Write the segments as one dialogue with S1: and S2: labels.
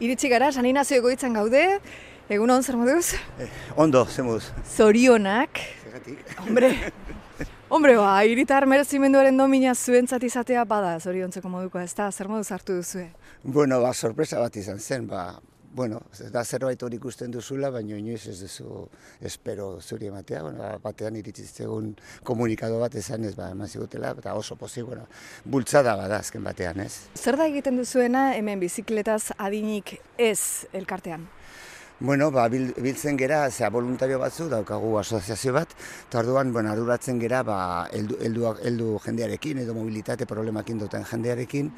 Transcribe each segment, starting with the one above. S1: Iritsi gara, San Inazio egoitzan gaude, egunon zer moduz?
S2: Eh, ondo, zemuz.
S1: Zorionak,
S2: Zergatik.
S1: hombre, hombre ba, iritar merezimenduaren domina zuentzat izatea bada, zoriontzeko modukoa, ez da, zer moduz hartu duzue?
S2: Bueno, ba, sorpresa bat izan zen, ba, bueno, ez da zerbait hori ikusten duzula, baina inoiz ez duzu espero zuri ematea, bueno, ba, batean iritzitzegun komunikado bat esan ez, ba, eman zigutela, eta oso pozik, bueno, bultzada bada azken batean, ez?
S1: Zer da egiten duzuena hemen bizikletaz adinik ez elkartean?
S2: Bueno, ba, bil, biltzen gera, zera, voluntario batzu, daukagu asoziazio bat, eta orduan, bueno, arduratzen gera, ba, eldu, eldu, eldu jendearekin, edo mobilitate problemakin duten jendearekin,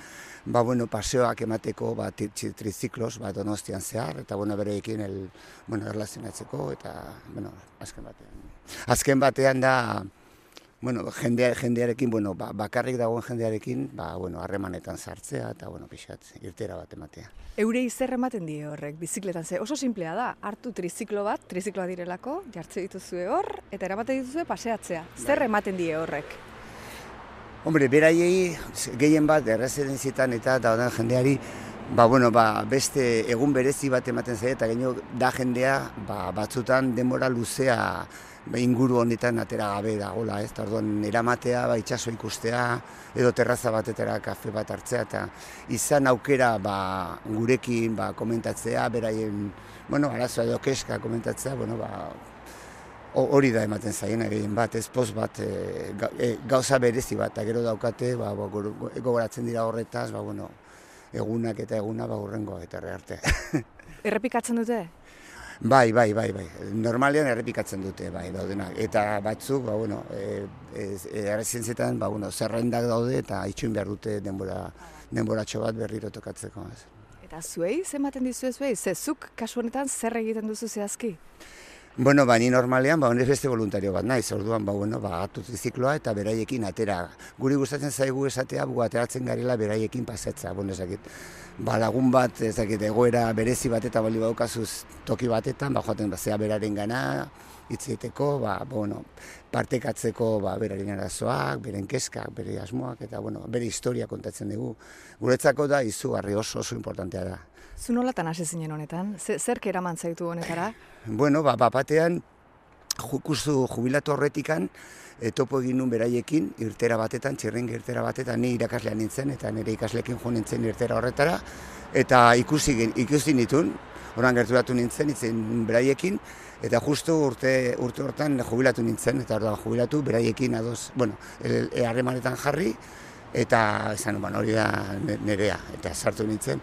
S2: ba, bueno, paseoak emateko, ba, tri- tri- triziklos, ba, donostian zehar, eta, bueno, bereekin, el, bueno, erlazionatzeko, eta, bueno, azken batean. Azken batean da, bueno, jendea, jendearekin, bueno, ba, bakarrik dagoen jendearekin, ba, bueno, harremanetan sartzea, eta, bueno, pixat, irtera bat ematea.
S1: Eure izer ematen die horrek bizikletan ze. Oso simplea da, hartu triziklo bat, trizikloa direlako, jartze dituzue hor, eta eramaten dituzue paseatzea. Zer ematen die horrek?
S2: Hombre, beraiei gehien bat erresidenzietan eta dauden jendeari ba, bueno, ba, beste egun berezi bat ematen zaie eta gaino da jendea ba, batzutan denbora luzea ba, inguru honetan atera gabe dagola, ez? Ta Orduan eramatea, ba, itsaso ikustea edo terraza batetara kafe bat hartzea eta izan aukera ba, gurekin ba, komentatzea, beraien bueno, arazoa edo keska komentatzea, bueno, ba, Ho- hori da ematen zaiena gehien bat, ez poz bat, e, ga- e, gauza berezi bat, eta gero daukate, ba, ba, gor- go- gogoratzen dira horretaz, ba, bueno, egunak eta eguna, ba, urrengo eta arte.
S1: Errepikatzen dute?
S2: bai, bai, bai, bai, normalean errepikatzen dute, bai, daudenak, eta batzuk, ba, bueno, e, e, e, errezientzetan, ba, bueno, zerrendak daude, eta itxun behar dute denbora, denboratxo bat berriro tokatzeko, ez.
S1: Eta zuei, zematen dizue zuei, zezuk kasu honetan zer egiten duzu zehazki?
S2: Bueno, ba, ni normalean, ba, honez beste voluntario bat naiz, orduan, ba, bueno, ba, hartu trizikloa eta beraiekin atera. Guri gustatzen zaigu esatea, gu ateratzen garela beraiekin pasetza, bueno, ezakit. Ba, lagun bat, ezakit, egoera berezi bat eta bali badukazuz toki batetan, ba, joaten ba, zea beraren gana, hitz egiteko, ba, bueno, partekatzeko ba, beraren arazoak, beren kezkak, bere asmoak, eta, bueno, bere historia kontatzen digu. Guretzako da, izugarri oso, oso importantea da.
S1: Zu nolatan hasi zinen honetan? Ze, zerk eraman zaitu honetara?
S2: Bueno, ba, bat batean, jukuzu jubilatu horretikan, e, topo egin nun beraiekin, irtera batetan, txirrenga irtera batetan, ni irakaslean nintzen, eta nire ikaslekin jo nintzen irtera horretara, eta ikusi, gen- ikusi nitun, oran gerturatu nintzen, nintzen beraiekin, eta justu urte, urte hortan jubilatu nintzen, eta orduan jubilatu beraiekin ados, bueno, el- e, harremanetan jarri, eta esan, bueno, hori da ne- nerea, eta sartu nintzen.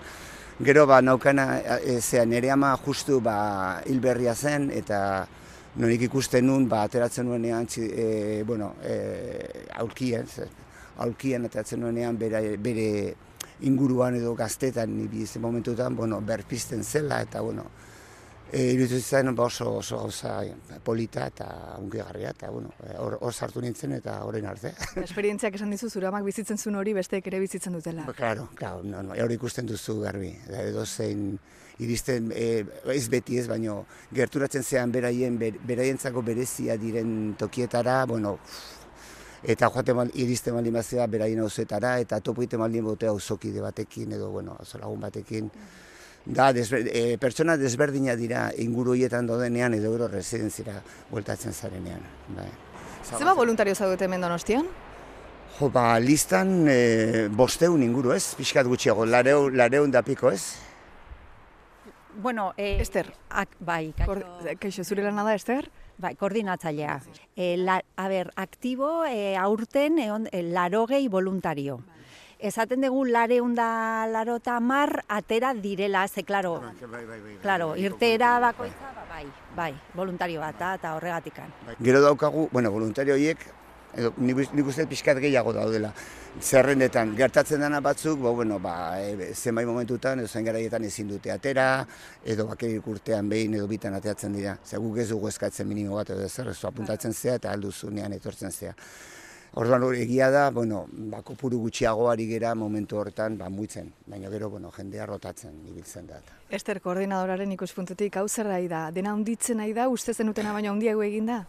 S2: Gero ba naukana e, zea nere ama justu ba hilberria zen eta nonik ikusten nun ba ateratzen nuenean txi- e, bueno, e, aulkien, ze- aulkien ateratzen nuenean bere, bere inguruan edo gaztetan ibiz momentutan, bueno, berpisten zela eta bueno, E, iruditu zitzaidan, ba oso, oso gauza polita eta unkigarria eta bueno, e, hor, hor sartu nintzen eta orain arte.
S1: Esperientziak esan dizu zure amak bizitzen zuen hori besteek ere bizitzen dutela.
S2: Ba, Claro, claro, no, no, hori ikusten duzu garbi. Eta Edo zein iristen, e, ez beti ez, baino gerturatzen zean beraien, ber, beraientzako berezia diren tokietara, bueno, eta joaten mal, iristen baldin bazea beraien auzetara eta topo egiten baldin bote auzokide batekin edo bueno, auzolagun batekin. Da, desber, e, pertsona desberdina dira inguru hietan daudenean edo euro residenzira bueltatzen zarenean. Bai.
S1: Zeba voluntario zaudete hemen donostian?
S2: Jo, ba, listan e, bosteun inguru ez, pixkat gutxiago, lareun, lareun da piko ez.
S3: Bueno, eh,
S1: Ester.
S3: Ak, bai, kaixo,
S1: Kor, kaixo, zure lana da, Ester?
S3: bai, koordinatzailea. Eh, la, a ber, aktibo eh, aurten egon, eh, larogei voluntario. Esaten dugu lareunda larota mar atera direla, ze, klaro, klaro, irtera bakoitza, ba, bai, bai, voluntario bat da, eta horregatikan.
S2: Gero daukagu, bueno, voluntario horiek, edo nik uz- nik uste dut pixkat gehiago daudela. Zerrendetan, gertatzen dana batzuk, ba, bueno, ba, e, zenbait momentutan, edo zen garaietan ezin dute atera, edo bakerik urtean behin, edo bitan ateatzen dira. Ze guk ez dugu eskatzen minimo bat, edo zer, ez apuntatzen zea eta alduzunean etortzen zea. Orduan hori egia da, bueno, ba, kopuru gutxiago ari gera momentu hortan, ba, muitzen, baina gero, bueno, jendea rotatzen, ibiltzen da. eta.
S1: Ester koordinadoraren ikuspuntutik hau zer da, dena hunditzen nahi da, uste zenutena baino handiago egin da?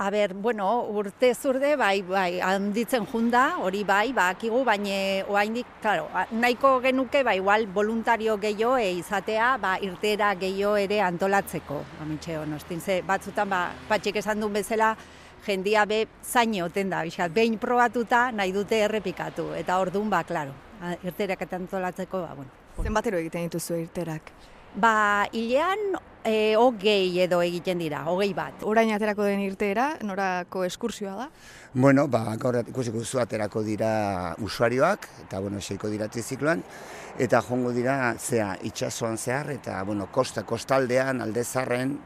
S3: A ber, bueno, urte zurde, bai, bai, handitzen junda, hori bai, bakigu, baina oaindik, claro, a- nahiko genuke, ba, igual, voluntario gehiago e, izatea, ba, irtera gehiago ere antolatzeko, amitxe honostin, ze batzutan, ba, patxik esan duen bezala, jendia be zaine oten da, bizkat, behin probatuta nahi dute errepikatu, eta orduan, ba, claro, a- irterak eta antolatzeko, ba, bueno.
S1: Zenbatero egiten dituzue irterak?
S3: Ba, hilean, e, hogei edo egiten dira, hogei bat.
S1: Orain aterako den irteera, norako eskursioa da?
S2: Bueno, ba, gaur ikusiko duzu aterako dira usuarioak, eta bueno, seiko dira trizikloan, eta jongo dira zea itsasoan zehar, eta bueno, kosta, kostaldean, aldezarren,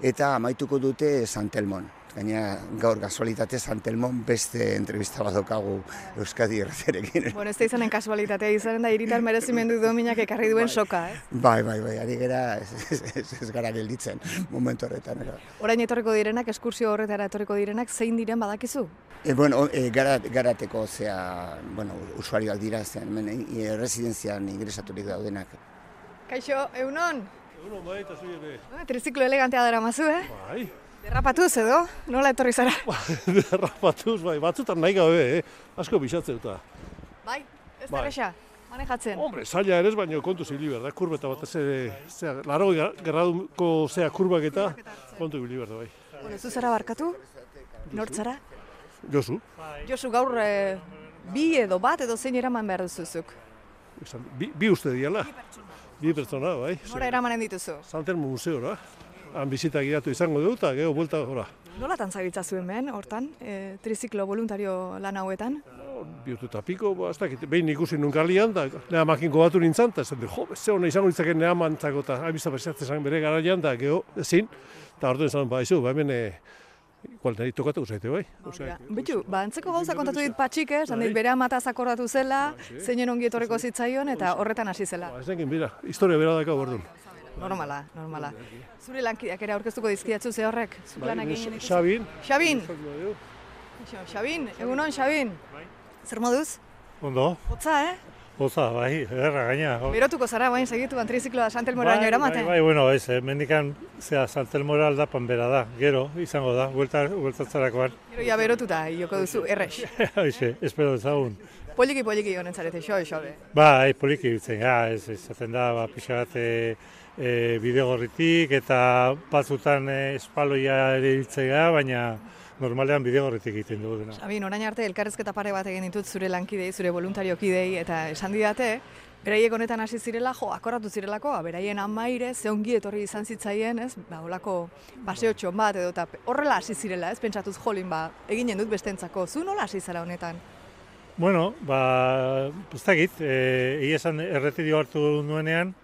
S2: eta amaituko dute Santelmon. Gaina gaur gazualitate Santelmon beste entrevista bat daukagu Euskadi erreterekin.
S1: Bueno, ez da izanen kasualitatea izanen da hiritar merezimendu dominak ekarri duen soka, eh?
S2: Bai, bai, bai, ari gara ez, ez, ez, ez gara gelditzen momentu horretan. Era.
S1: Orain etorriko direnak, eskursio horretara etorriko direnak, zein diren badakizu?
S2: E, bueno, e, gara, garateko zea, bueno, usuarioak dira, zea, hemen e, erresidenzian ingresaturik daudenak.
S1: Kaixo, eunon?
S4: Egunon bai, eta zuek ere.
S1: Eh, Triziklo elegantea dara mazu, eh?
S4: Bai,
S1: Derrapatuz edo? Nola etorri zara?
S4: derrapatuz, bai, batzutan nahi gabe, eh? asko bisatzeuta.
S1: Bai, ez
S4: Bai.
S1: da erresa, Oh. manejatzen.
S4: Hombre, zaila ere ez baino kontu zibili berda, kurbeta batez ere, zea, laro gerraduko zea kurbak eta kontu zibili berda, bai.
S1: Bueno, zu zara barkatu? Nortzara?
S4: Josu,
S1: Bai. Josu gaur eh, bi edo bat edo zein eraman behar duzuzuk.
S4: esan, bi, bi uste diala, bi pertsona, bai.
S1: Nora eramanen dituzu?
S4: Santelmo museora, han bizita gidatu izango dugu eta gero buelta gora.
S1: Nolatan zabiltza zuen ben, hortan, e, triziklo voluntario lan hauetan?
S4: Bi urte eta piko, ba, ez dakit, behin ikusi nun kalian, da, nea makinko batu nintzen, eta esan dut, jo, ze hona izango nintzake nea mantzako, eta abizta bezatzen zen bere garaian, da, geho, ezin, eta orduan esan, ba, izu, ba, hemen, e, igual nahi tokatu zaite, bai? Osea, Bai.
S1: Bitu, ba, antzeko gauza kontatu dit patxik, eh? Zan dit, bere amataz akordatu zela, zeinen ongi etorreko zitzaion, eta horretan hasi zela.
S4: Ba, ez nekin, bera, historia bera daka orduan.
S1: Normala,
S5: Bai,
S1: normala. Zure lankideak ere aurkeztuko dizkidatzu ze horrek? Zuk
S5: Bai,
S1: lanak egin dituzu.
S4: Bai, Xabin.
S1: Xabin! Kaixo, Xabin, egunon, Xabin!
S5: Bai.
S1: Zer moduz?
S5: Ondo,
S1: Hotza, eh?
S5: oza, bai, ederra gaina.
S1: Berotuko zara, bain segituan trizikloa Santelmoraino
S5: bai,
S1: eramaten.
S5: bai, bueno, ez, eh, mendikan, zea, Santelmora aldapan bera da, gero, izango da, buelta, bueltatzarakoan,
S1: Gero ja berotuta, joko duzu, errex.
S5: hoxe, espero dezagun.
S1: Poliki, poliki honen zarete, xo, xo, be.
S5: Bai, poliki biltzen, ja, ez, ez, zaten da, ba, pixka bat, e, e, bidegorritik, eta batzutan e, espaloia ere biltzen gara, baina normalean bidegorritik egiten dugu dena.
S1: Xabin, orain arte elkarrezketa pare bat egin ditut zure lankidei, zure voluntariokidei, eta esan didate, beraiek honetan hasi zirela, jo, akorratu zirelako, ba, beraien amaire, ze ongi etorri izan zitzaien, ez, ba, holako paseotxo bat edo, eta pe- horrela hasi zirela, ez, pentsatuz jolin, ba, eginen dut bestentzako, zu nola hasi zara honetan?
S5: Bueno, ba, ez dakit, eh, egia esan erretirio hartu nuenean,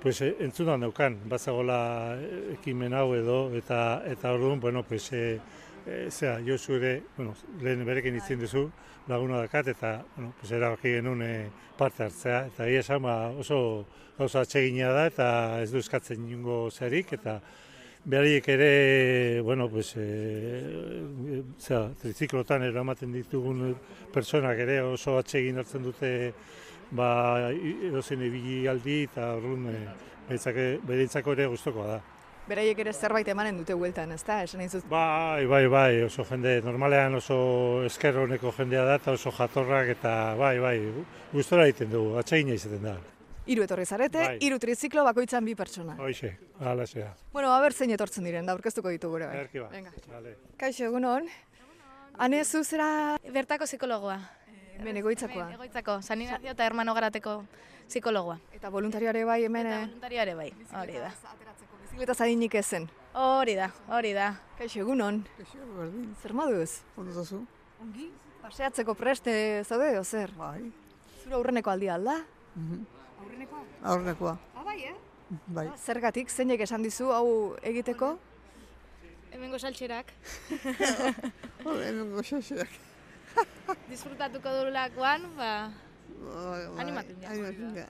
S5: pues, eh, entzunan daukan, bazagola eh, ekimen hau edo, eta eta orduan, bueno, pues, e, e, zera, Josu ere, bueno, lehen berekin itzin duzu, laguna dakat, eta, bueno, pues, erabaki genuen eh, parte hartzea, eta egia esan, ba, oso gauza atsegina da, eta ez du eskatzen ingo zerik, eta Beraiek ere, bueno, pues, e, zera, triziklotan eramaten ditugun pertsonak ere oso atsegin hartzen dute ba, i- edozein ibili aldi eta horren e, beretzake- beretzako ere gustokoa da.
S1: Beraiek ere zerbait emanen dute bueltan, ez da, esan dizut,
S5: Bai, bai, bai, oso jende, normalean oso esker honeko jendea da eta oso jatorrak eta bai, bai, gustora egiten dugu, atsegina izaten da.
S1: hiru etorri zarete,
S5: Bai.
S1: hiru triziklo bakoitzan bi pertsona.
S5: Hoxe, ala zea.
S1: Bueno, aber zein etortzen diren, da aurkeztuko ditugu gero. bai.
S5: Erki ba.
S1: Venga.
S5: Vale.
S1: Kaixo, egunon. Hane, zu zera
S6: Bertako psikologoa.
S1: Eh, hemen egoitzakoa.
S6: Hemen, Egoitzako, San Ignacio eta Hermano Garateko psikologoa.
S1: Eta voluntarioare bai hemen...
S6: Eta
S1: eh,
S6: voluntarioa ere bai, hori da.
S1: Bizikletaz adinik ezen.
S6: Hori da, hori da.
S1: Kaixo, egunon.
S7: Kaixo, berdin,
S1: Zer moduz?
S7: ondo zazu?
S1: Ongi? Paseatzeko preste zaude edo zer?
S7: Bai.
S1: Zure aurreneko aldia alda?
S7: Aurrekoa,
S1: Ah, bai, eh?
S7: bai.
S1: Zergatik, zeinek esan dizu hau egiteko?
S6: Hemengo saltxerak,
S7: Hor, hemen goxaxeak.
S6: disfrutatuko dulakoan, ba, Animatu ja.
S7: Animatu ja.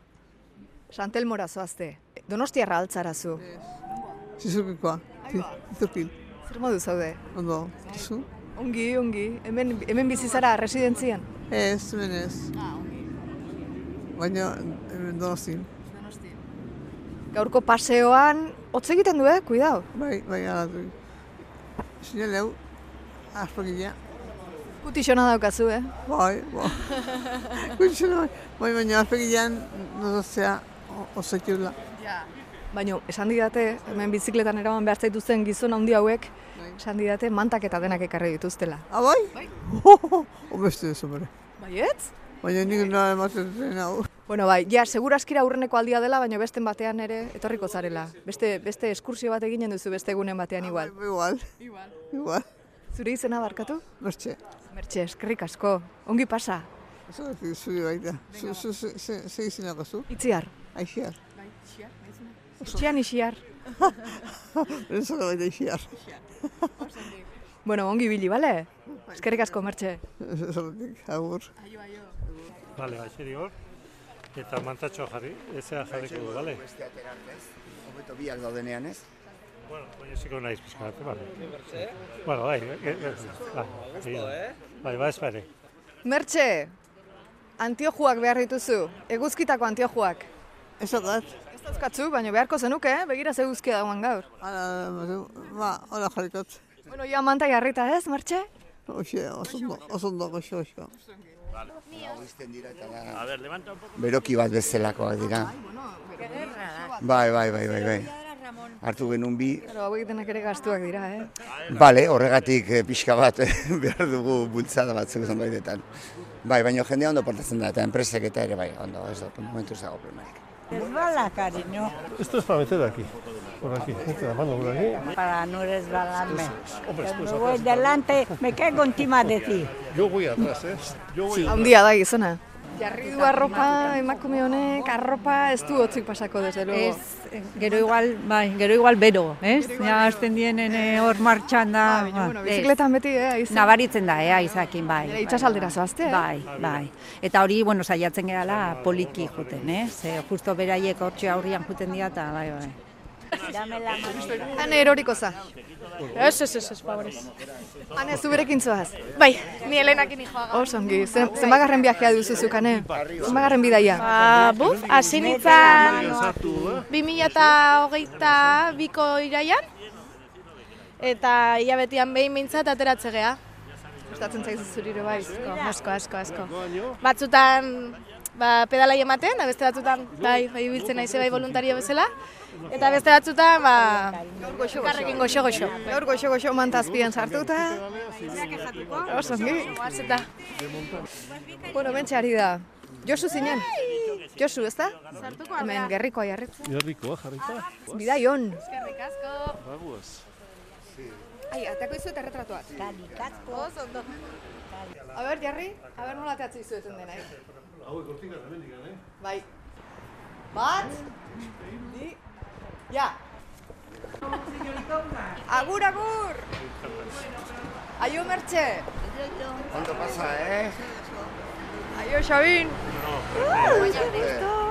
S1: Santelmora zoazte. Donostiarra altzara zu.
S7: Zizurkikoa, zizurkin.
S1: Zer modu zaude?
S7: Ondo, zu?
S1: Ongi, ongi. Hemen, hemen bizi zara residentzian?
S7: Ez, hemen ez.
S1: Ah,
S7: Baina, hemen donostin.
S1: Gaurko paseoan, hotz egiten du, eh? Kuidao.
S7: Bai, bai, alatu. Sineleu, aspergila.
S1: Kutixona daukazu, eh?
S7: Bai, bo. Kutxela, bai, baina aspergilan nodotzea oso txula.
S1: Baina, esan didate, hemen bizikletan eraman behar zaituzten gizon handi hauek, esan didate mantak eta denak ekarri dituztela.
S7: Ah, bai? Bai. Ho, ho, ho, beste ez, hombre.
S1: Baietz?
S7: Baina nik nola ematen zen hau.
S1: Bueno, bai, ja, seguraskira aurreneko aldia dela, baina beste batean ere etorriko zarela. Beste, beste eskursio bat eginen duzu beste egunen batean igual.
S7: Bai, Igual. Igual.
S1: Zure izena barkatu?
S7: Mertxe.
S1: Mertxe, eskerrik asko. Ongi pasa.
S7: Eso es que zuri baita. Zu, zu, zu, ze, ze izinako zu?
S1: Itziar.
S7: Aixiar.
S1: Itxian isiar.
S7: Berezako baita aixiar.
S1: Bueno, ongi bili, bale? Eskerrik asko, Mertxe.
S7: Zorotik, agur.
S5: Bale, baxeri ba, hor. Eta mantatxoa jarri, ezea jarriko
S2: Bai,
S5: du, bale?
S2: Beste aterarte, ez? Hobeto biak daudenean, ez?
S5: Bueno, baina ziko naiz pixka bat, bale. Bueno, bai, e- e- bai, egia da. bai, bai, espare.
S1: Mertxe, antiojuak behar dituzu, eguzkitako antiojuak.
S7: Ez atat.
S1: Ez dauzkatzu, baina beharko zenuke, eh? begira ze eguzkia dagoen gaur.
S7: Hala, Mateu, ba, hola jarrikot.
S1: Bueno, ja manta jarrita ez, Mertxe?
S7: Oxe, oso ondo, oso ondo, oso, oso.
S2: Hauizten dira eta da...
S8: A ver, levanta un poco.
S2: Beroki bat bezalakoak dira. Bai, bai, bai, bai, bai. Hartu genuen bi,
S1: Claro, hauek denak ere gastuak dira, eh?
S2: Bale, horregatik eh, pixka bat eh, behar dugu bultzada batzuk zonbaitetan. Bai, baina jendea ondo portatzen da, eta enpresek eta ere bai, ondo, ez da, momentu ez dago problemarik.
S9: Es bala, cariño,
S4: Esto es para meter aquí, por aquí. Mete la mano por aquí.
S9: para no resbalarme. Cuando voy delante, me caigo encima de ti.
S4: Yo voy atrás, ¿eh? Yo voy
S1: Handia da gizona. Jarri du arropa, emakume honek, arropa ez du hotzik pasako, desde luego.
S10: Ez, eh, gero igual, bai, gero igual bero,
S3: eh?
S10: ez? Ja, hasten dienen eh, hor martxan da.
S1: Ah, baina,
S10: ba,
S1: bueno,
S10: ez.
S1: bizikletan beti, eh, aizen.
S3: bai. Nabaritzen da, ea, izakin, bai.
S1: Nire itsasaldera zoazte, eh?
S3: Bai, bai. Eta hori, bueno, saiatzen gerala poliki juten, eh? Ze, justo beraiek hortxe aurrian juten dira, eta bai, bai.
S9: Dame la mano.
S1: Hane eroriko za.
S6: Ez, ez, ez, ez, favorez.
S1: Hane, zu berekin zoaz.
S6: Bai, ni helenakin nijoa gaur.
S1: Osongi, zen, zenbagarren viajea duzu zuk, hane? Zenbagarren bidaia.
S6: Ba, buf, hasi nintzen 2008 biko iraian, eta ia betian behin behintzat ateratzegea.
S1: Gustatzen zaizu zurire bai.
S6: Asko, asko, asko, asko. Batzutan ba, pedalai ematen, eta beste batzutan bai, bai ibiltzen naiz bai voluntario bezala, eta beste batzutan ba, elkarrekin goxo-goxo.
S1: Gaur goxo-goxo mantazpian sartuta. Osongi.
S6: Oazeta.
S1: Bueno, bentsa ari da. Josu zinen. Josu, ez da? Hemen gerrikoa jarritzen.
S4: Ya rico, ah, jarrita.
S1: Bidai hon.
S6: Eskerrik asko.
S4: Aguas.
S1: Ai, atako izuet erretratua. A ber, jarri, a ber nola atatzu izueten dena, eh?
S4: Hauek hortik hemendik, eh?
S1: Bai. Bat, bi, ja. Agur, agur! Aio, Mertxe!
S2: Ondo pasa, eh?
S1: Aio, Xabin! Uh,